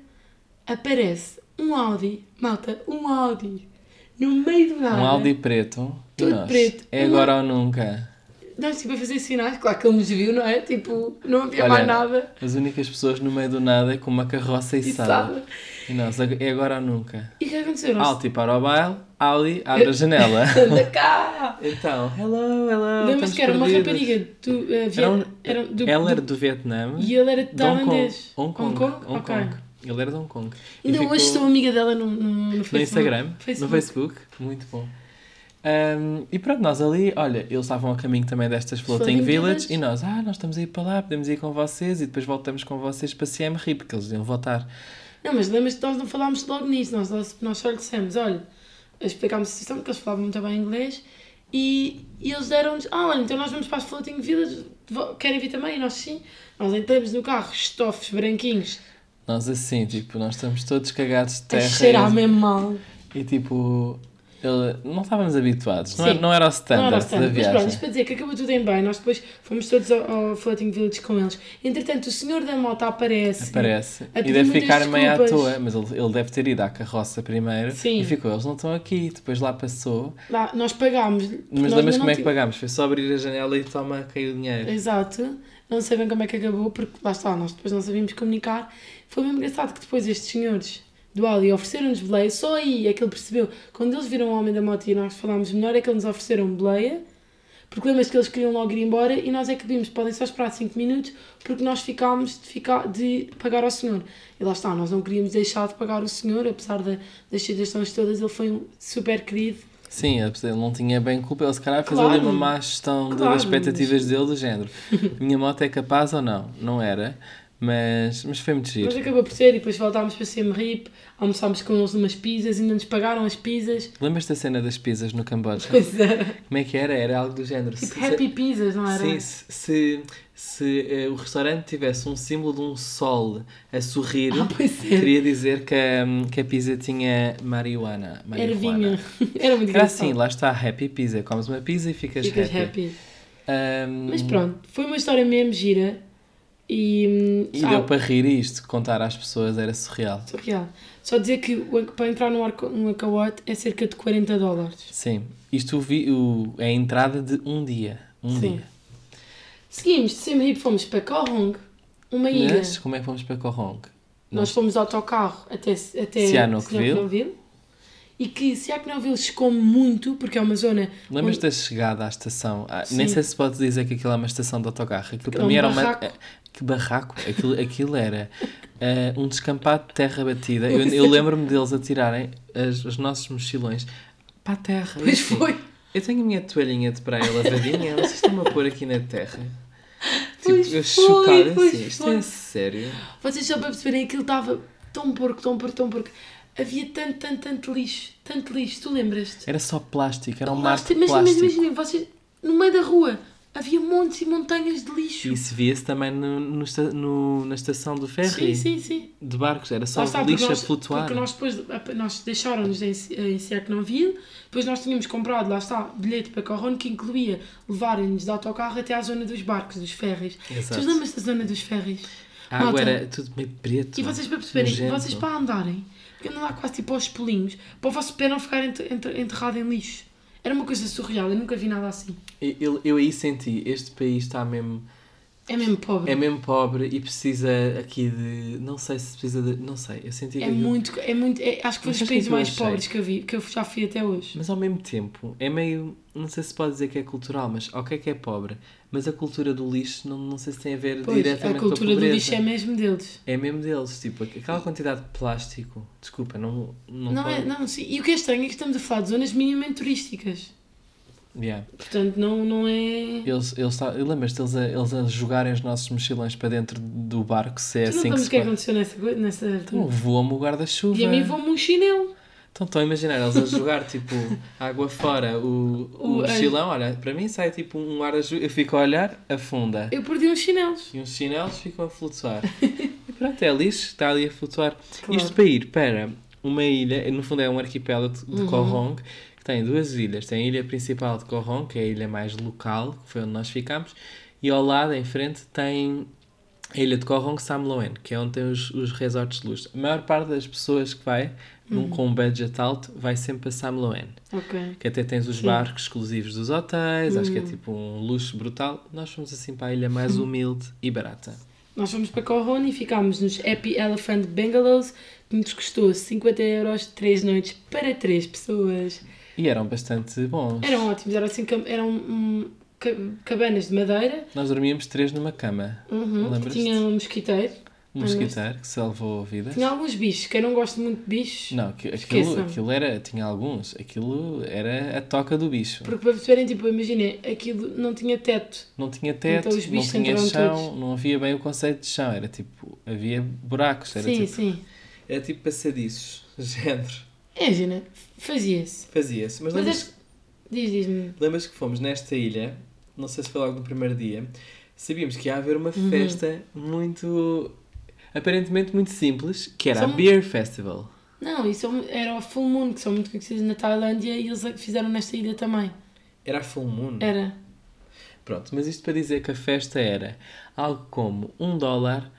S2: aparece um Audi, malta, um Audi, no meio do nada.
S3: Um Audi preto. e
S2: Tudo
S3: nós?
S2: preto.
S3: É agora ou nunca.
S2: Nós, tipo, a fazer sinais, claro que ele nos viu, não é? Tipo, não havia
S3: Olha,
S2: mais nada.
S3: As únicas pessoas no meio do nada é com uma carroça
S2: E
S3: içada.
S2: sabe?
S3: E nós, ag- é agora ou nunca.
S2: E o que aconteceu? Nós-
S3: Alti para o baile, Audi abre a janela.
S2: Anda cá!
S3: então, hello, hello.
S2: Lembras
S3: estamos
S2: que era uma
S3: perdidas.
S2: rapariga do, uh,
S3: Era um-
S2: Viet- era do,
S3: Ela era
S2: do-
S3: do Vietnã.
S2: E ele era
S3: de Hong Kong.
S2: tailandês.
S3: Hong Kong.
S2: Tá, Hong Kong?
S3: Hong
S2: Ok.
S3: Kong. Ele era de Hong Kong. E
S2: Ainda
S3: ficou
S2: hoje sou amiga dela no, no, no
S3: No
S2: Facebook.
S3: Instagram, no Facebook. Muito bom. Ahm, e pronto, nós ali, olha, eles estavam a caminho também destas Floating,
S2: Floating
S3: Village,
S2: Village.
S3: e nós, ah, nós estamos a ir para lá, podemos ir com vocês e depois voltamos com vocês para CM Rio, porque eles iam votar.
S2: Não, mas lembras que nós não falámos logo nisso. Nós, nós, nós só lhe dissemos, olha, explicámos a situação, porque eles falavam muito bem inglês, e, e eles deram-nos, ah, olha, então nós vamos para as Floating Village, vo- querem vir também? E nós sim. Nós entramos no carro, estofes branquinhos,
S3: Nós assim, tipo, nós estamos todos cagados de
S2: a
S3: terra.
S2: cheirar mesmo mal.
S3: E tipo, ele- não estávamos habituados. Não
S2: Sim.
S3: era, não era
S2: Não era
S3: o standard
S2: tanto,
S3: da
S2: mas pronto,
S3: viagem.
S2: isto para dizer que acabou tudo em bem. Nós depois fomos todos ao, ao Floating Village com eles. Entretanto, o senhor da moto aparece.
S3: Parece.
S2: A
S3: E
S2: pedir
S3: deve
S2: é muitas
S3: ficar meio à
S2: desculpas.
S3: toa, mas ele, ele deve ter ido à carroça primeiro
S2: Sim.
S3: e ficou. Eles não estão aqui. Depois lá passou.
S2: Lá, nós pagámos. porque
S3: Mas
S2: nós
S3: lembras
S2: ainda
S3: como
S2: não É.
S3: é que
S2: tínhamos-
S3: pagámos? Foi só abrir a janela e toma, caiu o dinheiro.
S2: Exato. Não sei bem como é que acabou, porque lá está, nós depois não sabíamos comunicar. Foi mesmo engraçado que depois estes senhores do Audi ofereceram-nos boleia. Só aí é que ele percebeu. Quando eles viram o homem da moto e nós falámos melhor, é que eles nos ofereceram boleia. Porque lembras que eles queriam logo ir embora e nós é que vimos, podem só esperar 5 minutos, porque nós ficámos de, ficar, de pagar ao senhor. E lá está, nós não queríamos deixar de pagar o senhor, apesar da, das situações todas, ele foi um super querido.
S3: Sim, ele ele não tinha bem culpa. Ele se calhar fez
S2: Claro.
S3: ali uma má gestão de-
S2: Claro,
S3: das expectativas dele do género. Minha moto é capaz ou não? Não era. Mas, mas foi muito giro.
S2: Mas acabou por ser, e depois voltámos para Siem Reap, almoçámos com eles umas pizzas, ainda nos pagaram as pizzas.
S3: Lembras da cena das pizzas no Camboja?
S2: Pois era.
S3: Como é que era? Era algo do género. se-
S2: Tipo
S3: se-
S2: happy pizzas, não era?
S3: Sim, se, se, se, eh, o restaurante tivesse um símbolo de um sol a sorrir,
S2: Ah, pois é.
S3: queria dizer que, a- que a pizza tinha marihuana.
S2: Era
S3: marihuana.
S2: vinho. Era muito
S3: Era
S2: engraçado.
S3: assim, lá está a happy pizza. Comes uma pizza e ficas,
S2: Ficas
S3: happy. Hum,
S2: happy.
S3: Ahm,
S2: Mas pronto, foi uma história mesmo gira. E,
S3: E
S2: ah,
S3: deu para rir isto, contar às pessoas era surreal.
S2: surreal. Só dizer que o- para entrar num arco- um acaote é cerca de 40 dólares.
S3: Sim, isto vi, o, é a entrada de um dia. Um
S2: Sim.
S3: dia.
S2: Seguimos de Siem Reap, fomos para Koh Rong, uma ilha.
S3: Mas como é que vamos para Corrong?
S2: Nós fomos de autocarro até, até
S3: Sihanoukville.
S2: Sihanoukville. E que Sihanoukville se come muito, porque é uma zona...
S3: Lembras
S2: onde-
S3: da chegada à estação? Ah, nem
S2: Hum. Sim.
S3: sei se pode dizer que aquilo é uma estação de autocarro. Aquilo
S2: é
S3: para
S2: um
S3: mim era uma.
S2: barraco.
S3: eh, Que barraco! Aquilo, aquilo era eh, um descampado de terra batida. Eu, eu lembro-me deles atirarem as, os nossos mochilões para a terra.
S2: Pois
S3: Assim,
S2: foi.
S3: Eu tenho a minha toalhinha de praia lavadinha, vocês estão-me a pôr aqui na terra. Tipo,
S2: Pois
S3: eu
S2: foi,
S3: chocada
S2: pois
S3: assim. Isto
S2: foi.
S3: é sério.
S2: Vocês só para perceberem, aquilo estava tão porco, tão porco, tão porco. Havia tanto, tanto, tanto lixo, tanto lixo, tu lembras-te? Ah,
S3: Era só plástico, era É um mar de
S2: Mas imagina,
S3: plástico.
S2: imagina, vocês, no meio da rua, havia montes e montanhas de lixo.
S3: E se via-se também no, no esta- no- na estação do
S2: Sim,
S3: ferry
S2: sim, sim.
S3: de barcos, era é só
S2: Lá está, porque
S3: lixo
S2: nós-
S3: a flutuar.
S2: Porque nós depois, nós deixaram-nos em, Si- é em Sihanoukville, depois nós tínhamos comprado, lá está, bilhete para Corron, que incluía levarem-nos de autocarro até à zona dos barcos, dos ferries.
S3: Exato.
S2: Tu lembras da zona dos ferries?
S3: A água
S2: Malta,
S3: era tudo meio preto.
S2: E vocês para perceberem,
S3: nojento.
S2: vocês para andarem, porque andam lá quase tipo aos pulinhos, para o vosso pé não ficar ent- ent- enterrado em lixo. Era uma coisa surreal, eu nunca vi nada assim.
S3: Eu, eu- eu aí senti, este país está mesmo.
S2: É mesmo pobre.
S3: É
S2: É,
S3: mesmo pobre e precisa aqui de. Não sei se precisa de. Não sei, eu senti que aquilo-
S2: muito, é muito, é- acho que foi dos
S3: Mas sabes o que é
S2: países
S3: que eu
S2: mais
S3: achei?
S2: pobres que eu vi, que eu já fui até hoje.
S3: Mas ao mesmo tempo, é meio. Não sei se pode dizer que é cultural, mas ok que é pobre. Mas a cultura do lixo, não, não sei se tem a ver
S2: Pois, a
S3: diretamente com a
S2: cultura do
S3: pobreza.
S2: lixo é mesmo deles.
S3: É mesmo deles, tipo, aquela quantidade de plástico. Desculpa, não. Não,
S2: Não
S3: pode-
S2: é, não, sim. E o que é estranho é que estamos a falar de zonas minimamente turísticas.
S3: Yeah.
S2: Portanto, não, não é.
S3: Eles, eles, ta- eu lembro-te deles a, eles a jogarem os nossos mochilões para dentro do barco, se é
S2: tu não
S3: assim que
S2: sabes
S3: se
S2: o que é que
S3: pode-
S2: aconteceu nessa. coi- nessa...
S3: Então, Voa-me o guarda-chuva.
S2: E a mim vou-me um chinelo.
S3: Então estão a imaginar eles a jogar tipo água fora o, o,
S2: O- a-
S3: mochilão. Olha, para mim sai tipo um ar azul. Eu fico a olhar, afunda.
S2: Eu perdi uns chinelos.
S3: E uns chinelos ficam a flutuar. e pronto, é lixo, está ali a flutuar.
S2: Claro.
S3: Isto para ir para uma ilha, no fundo é um arquipélago de de Korong, que tem duas ilhas. Tem a ilha principal de Korong, que é a ilha mais local, que foi onde nós ficámos, e ao lado, em frente, tem a ilha de Korong Samloen, que é onde tem os, os resorts de luxo. A maior parte das pessoas que vai, num com um budget alto, vai sempre a Samloen.
S2: Ok.
S3: Que até tens os barcos exclusivos dos hotéis, acho que
S2: Hum.
S3: é tipo um luxo brutal. Nós fomos assim para a ilha mais humilde e barata.
S2: Nós fomos para Corrone e ficámos nos Happy Elephant Bungalows, que nos custou 50 euros, 3 noites para 3 pessoas.
S3: E eram bastante bons.
S2: Eram ótimos, eram, assim, cam- eram hum, ca- cabanas de madeira,
S3: Nós dormíamos três numa cama.
S2: uhum, que
S3: Lembras-te?
S2: tinha um mosquiteiro,
S3: Um mosquiteiro que salvou vidas.
S2: tinha alguns bichos, que eu não gosto muito de bichos,
S3: Não, que- aquilo,
S2: Esqueçam.
S3: aquilo era. Tinha alguns. Aquilo era a toca do bicho.
S2: porque para perceberem, tipo, imaginem, aquilo não tinha teto,
S3: Não tinha teto,
S2: Então os
S3: não
S2: bichos
S3: tinha
S2: entraram
S3: chão,
S2: todos.
S3: não havia bem o conceito de chão. Era tipo. Havia buracos. Era,
S2: sim,
S3: tipo,
S2: sim,
S3: era tipo passadiços. Género.
S2: imagina, fazia-se,
S3: Fazia-se. Mas,
S2: Mas
S3: lembras-
S2: acho- diz, diz-me,
S3: Lembras que fomos nesta ilha, não sei se foi logo no primeiro dia, sabíamos que ia haver uma
S2: Uhum.
S3: festa muito. aparentemente muito simples, que era
S2: Só
S3: a
S2: um-
S3: Beer Festival.
S2: não, isso é um- era o Full Moon, que são muito conhecidos na Tailândia e eles fizeram nesta ilha também,
S3: Era a Full Moon.
S2: era...
S3: Pronto, mas isto para dizer que a festa era algo como um dólar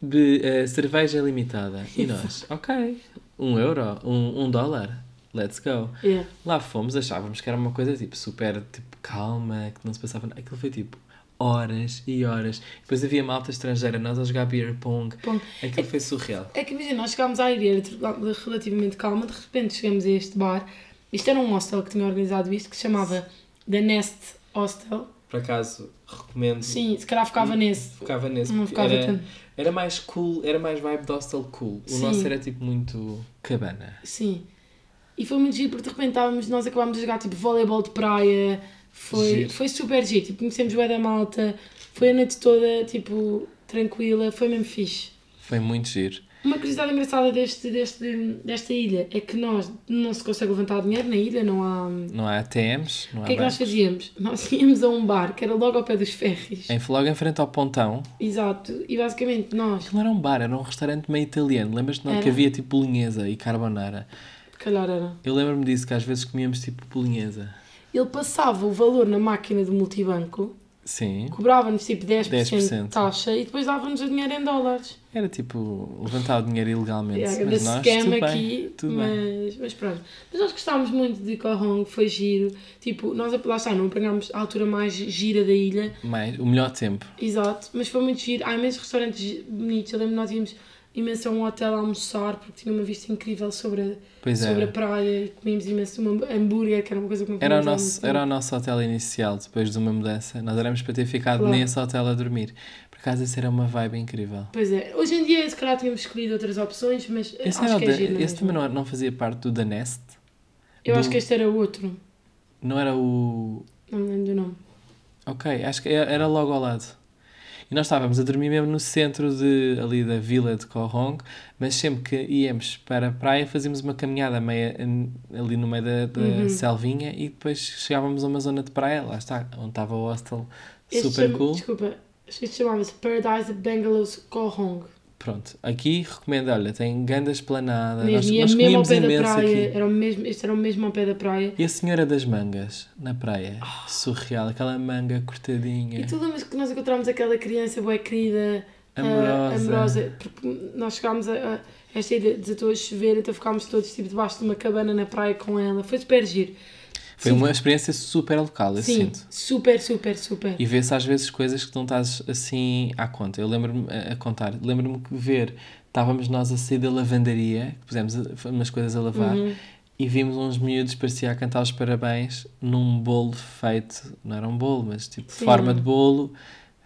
S3: de eh, cerveja limitada. E nós, ok, um euro, um, um dólar, let's go.
S2: é.
S3: Lá fomos, achávamos que era uma coisa tipo super tipo, calma, que não se passava nada. Aquilo foi tipo horas e horas. Depois havia malta estrangeira, nós a jogar beer pong.
S2: Pong.
S3: Aquilo foi surreal.
S2: É que imagina, nós chegámos à ilha era relativamente calma, de repente chegamos a este bar. Isto era um hostel que tinha organizado isto, que se chamava The Nest Hostel.
S3: Por acaso, recomendo.
S2: Sim, se calhar ficava nesse.
S3: Ficava nesse.
S2: Não ficava
S3: era,
S2: tanto.
S3: era mais cool, era mais vibe de hostel cool. O
S2: Sim.
S3: nosso era tipo muito cabana.
S2: Sim. E foi muito giro, porque de repente estávamos, nós acabámos de jogar tipo voleibol de praia. Foi,
S3: Giro.
S2: foi super giro. Tipo, conhecemos o da Malta. Foi a noite toda, tipo, tranquila. Foi mesmo fixe.
S3: Foi muito giro.
S2: Uma curiosidade engraçada deste, deste, desta ilha é que nós não se consegue levantar dinheiro na ilha, não há. hum,
S3: Não há ATMs, não
S2: O
S3: há
S2: que é que nós
S3: bancos.
S2: fazíamos? Nós íamos a um bar que era logo ao pé dos ferries.
S3: Em, logo em frente ao pontão,
S2: Exato. E basicamente nós,
S3: aquilo era um bar, era um restaurante meio italiano. Lembras-te não? que
S2: Era.
S3: havia tipo bolonhesa e carbonara?
S2: se calhar era.
S3: Eu lembro-me disso, que às vezes comíamos tipo bolonhesa.
S2: Ele passava o valor na máquina do multibanco,
S3: Sim.
S2: cobrava-nos tipo 10%,
S3: 10%.
S2: de taxa e depois dava-nos o dinheiro em dólares.
S3: Era tipo levantar o dinheiro ilegalmente.
S2: É,
S3: mas
S2: grande
S3: nós,
S2: scam
S3: tudo
S2: aqui,
S3: bem, tudo bem.
S2: mas, mas pronto. Mas nós gostávamos muito de Corrong, foi giro. Tipo, nós lá está, não apanhámos a altura mais gira da ilha,
S3: Mas o melhor tempo.
S2: Exato, mas foi muito giro. Há imensos restaurantes gi- bonitos. Eu lembro que nós íamos imenso a um hotel a almoçar porque tinha uma vista incrível sobre a,
S3: Pois é.
S2: sobre
S3: era.
S2: a praia e comíamos imenso um hambúrguer, que era uma coisa que não
S3: Era
S2: comíamos há
S3: o,
S2: muito
S3: nosso,
S2: tempo.
S3: era o nosso hotel inicial, depois de uma mudança. Nós éramos para ter ficado
S2: Claro.
S3: nesse hotel a dormir. Por acaso, isso era uma vibe incrível.
S2: Pois é, hoje em dia se calhar tínhamos escolhido outras opções, mas eh,
S3: Esse,
S2: acho
S3: era o
S2: que é
S3: da-
S2: giro.
S3: esse
S2: mesmo.
S3: também não, não fazia parte do The Nest?
S2: Eu
S3: do-
S2: acho que este era outro,
S3: Não era o...
S2: não me lembro do nome.
S3: Ok, acho que era era logo ao lado. E nós estávamos a dormir mesmo no centro de, ali da vila de Korong, mas sempre que íamos para a praia fazíamos uma caminhada meia, n- ali no meio da, da
S2: Uhum.
S3: selvinha e depois chegávamos a uma zona de praia, lá está, onde estava o hostel
S2: Este
S3: super
S2: chama-
S3: cool.
S2: Desculpa, acho que este chamava-se Paradise Bungalows Kohong.
S3: Pronto, aqui recomendo, olha, tem grande esplanada, Ah, nós,
S2: Mesmo, e é
S3: nós
S2: mesmo ao
S3: comíamos
S2: pé da
S3: imenso
S2: praia.
S3: aqui.
S2: Era o mesmo, este era o mesmo ao pé da praia.
S3: E a Senhora das Mangas, na praia, surreal, aquela manga cortadinha.
S2: Ah. E tu lembras que nós encontramos aquela criança boa querida, ah,
S3: Amorosa.
S2: amorosa, porque nós chegámos a, a esta ilha desatou a chover, então ficámos todos tipo debaixo de uma cabana na praia com ela. Foi super giro.
S3: Foi uma experiência super local, eu
S2: Sim,
S3: sinto.
S2: super, super, super.
S3: E vê-se às vezes coisas que não estás assim à conta. Eu lembro-me a a contar, lembro-me que ver, estávamos nós a sair da lavandaria, que pusemos a- umas coisas a lavar,
S2: Uhum.
S3: e vimos uns miúdos, parecia a cantar os parabéns num bolo feito, não era um bolo, mas tipo
S2: Sim.
S3: forma de bolo,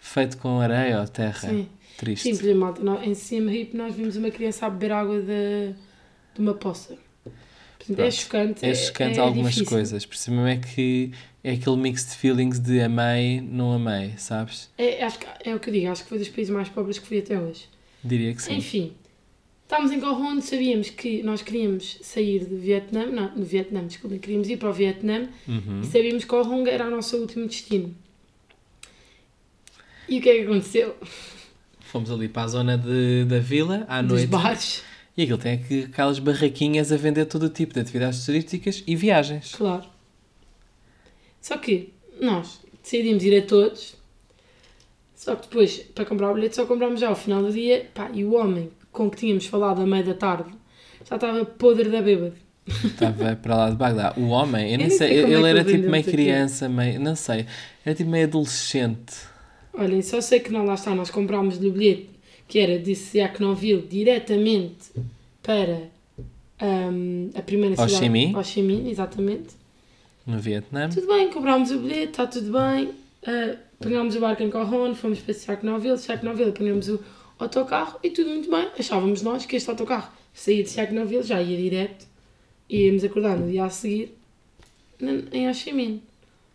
S3: feito com areia ou terra.
S2: Sim.
S3: Triste.
S2: Sim, por exemplo, malta, nós- em Siem Reap nós vimos uma criança a beber água de, de uma poça. Portanto, é
S3: Pronto.
S2: chocante.
S3: É chocante algumas
S2: difícil.
S3: coisas, por cima é que é aquele mix de feelings de amei, não amei, sabes?
S2: É, acho que, é o que eu digo, acho que foi dos países mais pobres que fui até hoje.
S3: Diria que sim.
S2: Enfim, Estávamos em Gowon, sabíamos que nós queríamos sair do Vietnã, não, do Vietnã, desculpa, queríamos ir para o Vietnã
S3: Uhum.
S2: e sabíamos que Gowon era o nosso último destino. E o que é que aconteceu?
S3: Fomos ali para a zona de, da vila à
S2: Dos
S3: noite.
S2: bares,
S3: E aquilo tem aqui aquelas barraquinhas a vender todo o tipo de atividades turísticas e viagens.
S2: claro. Só que nós decidimos ir a todos, só que depois, para comprar o bilhete, só comprámos já ao final do dia, pá, e o homem com que tínhamos falado à meia da tarde já estava podre da bêbada.
S3: Estava para lá de Bagdá. O homem, eu nem
S2: nem
S3: sei,
S2: sei como é
S3: ele
S2: que
S3: era
S2: ele
S3: tipo
S2: vendeu
S3: meio
S2: tudo
S3: criança, meio. não sei. Era tipo meio adolescente.
S2: Olhem, só sei que não lá está, nós comprámos do bilhete que era de Siaknoville diretamente para hum, a primeira
S3: Ho Chi
S2: cidade.
S3: Minh?
S2: Ho Chi Minh, exatamente.
S3: No Vietnã.
S2: Tudo bem, comprámos o bilhete, está tudo bem. ah, pegámos o barco em Corron, fomos para Siaknoville, Siaknoville apanhámos o autocarro e tudo muito bem. Achávamos nós que este autocarro saía de Siaknoville, já ia direto e íamos acordar no dia a seguir na- em Ho Chi Minh.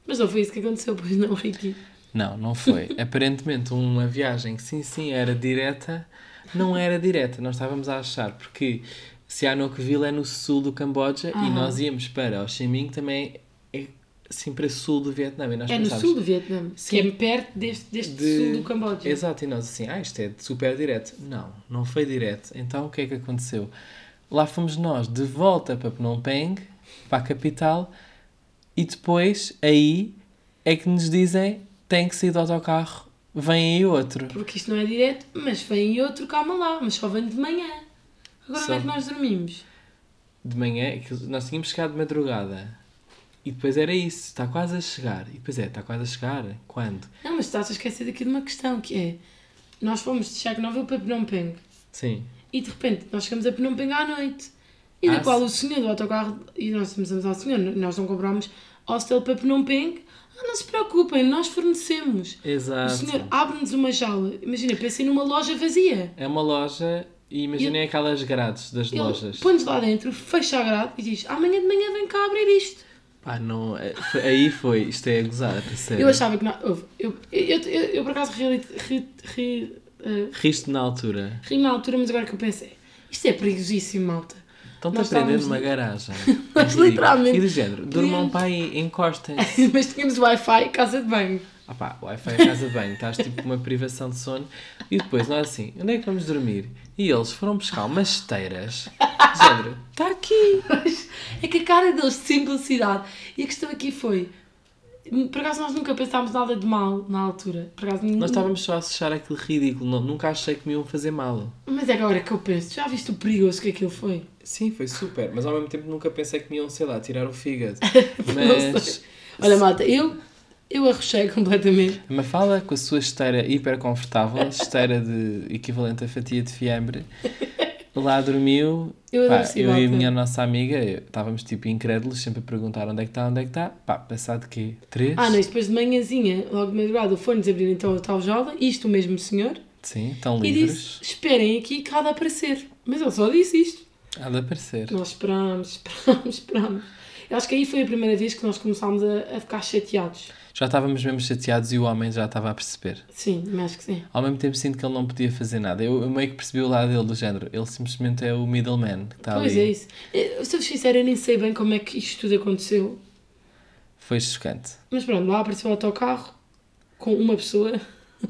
S2: Mas não foi isso que aconteceu, pois não, Ricky.
S3: Não, não foi. Aparentemente, uma viagem que sim, sim, era direta, não era direta. Nós estávamos a achar, porque Sihanoukville é no sul do Camboja e nós íamos para Ho Chi Minh, que também é assim para sul do Vietnã. E nós
S2: É no
S3: pensávamos,
S2: sul do Vietnã, que
S3: Sim.
S2: é perto deste, deste
S3: de-
S2: sul do Camboja.
S3: Exato, e nós assim, ah, isto é super direto. Não, não foi direto. Então o que é que aconteceu? Lá fomos nós de volta para Phnom Penh, para a capital, e depois aí é que nos dizem tem que sair do autocarro, vem aí outro.
S2: Porque isto não é direto, mas vem e outro, calma lá, mas só vem de manhã. Agora
S3: Só-
S2: onde é que nós dormimos?
S3: De manhã, que nós tínhamos chegado de madrugada. E depois era isso, está quase a chegar. E depois é, está quase a chegar. Quando?
S2: Não, mas estás a esquecer daqui de uma questão, que é... Nós fomos de Chagnovel para Phnom Penh.
S3: Sim.
S2: E de repente, nós chegamos a Phnom Penh à noite. E
S3: Ah,
S2: da qual
S3: sim.
S2: o senhor do autocarro... E nós começamos ao senhor, nós não comprámos hostel para Phnom Penh. Ah, não se preocupem, nós fornecemos. O
S3: Exato.
S2: senhor abre-nos uma jaula. Imagina, pensei numa loja vazia.
S3: É uma loja, e imaginem aquelas grades das
S2: Ele
S3: lojas.
S2: põe-nos lá dentro, fecha a grade e diz: amanhã de manhã vem cá abrir isto.
S3: Pá, não. é- foi- Aí foi. Isto é a gozar, a sério.
S2: Eu achava que não. houve, Eu, eu, eu, eu, por acaso ri, ri, ri, eh,
S3: Riste na altura.
S2: ri na altura, mas agora que eu pensei: isto é perigosíssimo, malta.
S3: Estão-te a
S2: Nós
S3: prender
S2: estávamos
S3: numa
S2: li-
S3: garagem.
S2: Nós
S3: Ridículo.
S2: literalmente
S3: E do género, durmam
S2: podíamos-
S3: para aí, encostem.
S2: mas tínhamos Wi-Fi e casa de banho.
S3: Ah pá, Wi-Fi em casa de banho, estás tipo uma privação de sono. E depois nós assim, onde é que vamos dormir? E eles foram buscar umas esteiras. Do género,
S2: Está Tá aqui! Mas é que a cara deles de simplicidade. E a questão aqui foi: por acaso nós nunca pensámos nada de mal na altura. Por acaso,
S3: nós estávamos só a achar aquilo ridículo. não- nunca achei que me iam fazer mal.
S2: Mas é agora que eu penso: já viste o perigoso que aquilo foi?
S3: Sim, foi super. Mas ao mesmo tempo nunca pensei que me iam, sei lá, tirar o fígado.
S2: Não
S3: Mas.
S2: sei. Olha, malta, eu, eu arrochei completamente.
S3: A Mafalda, com a sua esteira hiper confortável, esteira de equivalente a fatia de fiambre, lá dormiu.
S2: Eu
S3: Pá,
S2: adoreci,
S3: eu e a
S2: assim, malta.
S3: minha nossa amiga eu- estávamos tipo incrédulos, sempre a perguntar onde é que está, onde é que está. Pá, passado quê? Três?
S2: Ah, não, isto depois de manhãzinha, logo de madrugada, foi-nos abrir então a tal jaula, isto o mesmo senhor,
S3: Sim, estão
S2: e
S3: livres.
S2: disse: esperem aqui que há de aparecer. Mas ele só disse isto.
S3: Há de aparecer.
S2: Nós esperámos, esperámos, esperámos. Eu acho que aí foi a primeira vez que nós começámos a, a ficar chateados.
S3: Já estávamos mesmo chateados e o homem já estava a perceber.
S2: Sim, mas acho que sim.
S3: Ao mesmo tempo sinto que ele não podia fazer nada. Eu, eu meio que percebi o lado dele do género. Ele simplesmente é o middleman que está
S2: pois
S3: ali.
S2: é isso. Eu, se eu vos sincero, eu nem sei bem como é que isto tudo aconteceu.
S3: Foi chocante.
S2: Mas pronto, lá apareceu o autocarro com uma pessoa.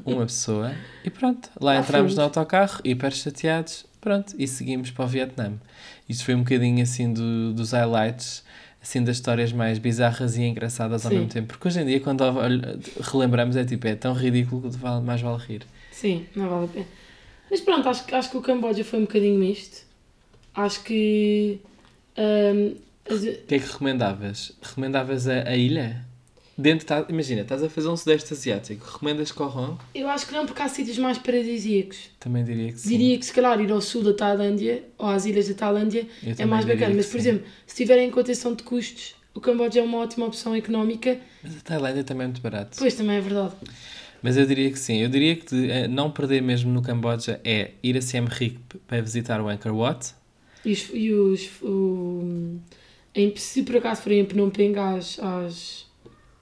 S3: uma pessoa e pronto, lá
S2: Lá
S3: entramos
S2: fomos.
S3: no autocarro, hiper chateados, pronto, e seguimos para o Vietnã. Isto foi um bocadinho assim do- dos highlights, assim das histórias mais bizarras e engraçadas ao
S2: Sim.
S3: mesmo tempo, porque hoje em dia quando olho- relembramos é tipo, é tão ridículo que vale- mais vale rir.
S2: Sim, não vale a pena. Mas pronto, acho, que- acho que o Camboja foi um bocadinho misto. Acho que. hum, as-
S3: O que é que recomendavas? Recomendavas a, a ilha? Dentro, tá- imagina, estás a fazer um sudeste asiático, recomendas Kohong?
S2: eu acho que não, porque há sítios mais paradisíacos.
S3: Também diria que sim.
S2: Diria que se calhar ir ao sul da Tailândia ou às ilhas da Tailândia
S3: Eu
S2: é
S3: também
S2: mais
S3: diria
S2: bacana.
S3: que
S2: Mas, por
S3: sim.
S2: exemplo, se tiverem em contenção de custos, o Camboja é uma ótima opção económica.
S3: Mas a Tailândia também é muito barato.
S2: Pois também é verdade.
S3: Mas eu diria que sim. Eu diria que de, eh, não perder mesmo no Camboja é ir a Siem Reap p- para visitar o Angkor Wat.
S2: E os. E os o, em, se por acaso forem em Phnom Penh às. às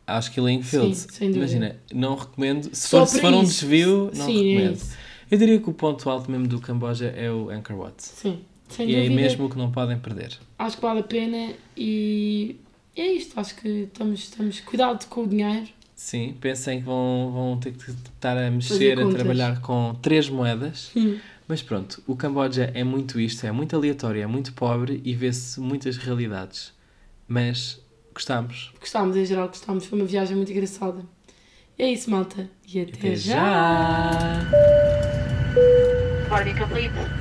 S3: Acho que Killing Fields.
S2: Sim, sem dúvida.
S3: Imagina, não recomendo. Se
S2: Só
S3: for, se
S2: para
S3: for um
S2: isso.
S3: desvio, não
S2: Sim, é
S3: recomendo.
S2: isso.
S3: Eu diria que o ponto alto mesmo do Camboja é o Angkor Wat.
S2: Sim, sem
S3: E é
S2: dúvida.
S3: mesmo o que não podem perder.
S2: Acho que vale a pena e é isto. Acho que estamos, estamos cuidado com o dinheiro.
S3: Sim, pensem que vão, vão ter que estar a mexer, a
S2: contas.
S3: trabalhar com três moedas.
S2: Hum.
S3: Mas pronto, o Camboja é muito isto, é muito aleatório, é muito pobre e vê-se muitas realidades. Mas gostamos.
S2: Gostámos, em geral, gostámos. Foi uma viagem muito engraçada. E é isso, malta. E até,
S3: Até
S2: já.
S3: já.
S8: Bora, complete.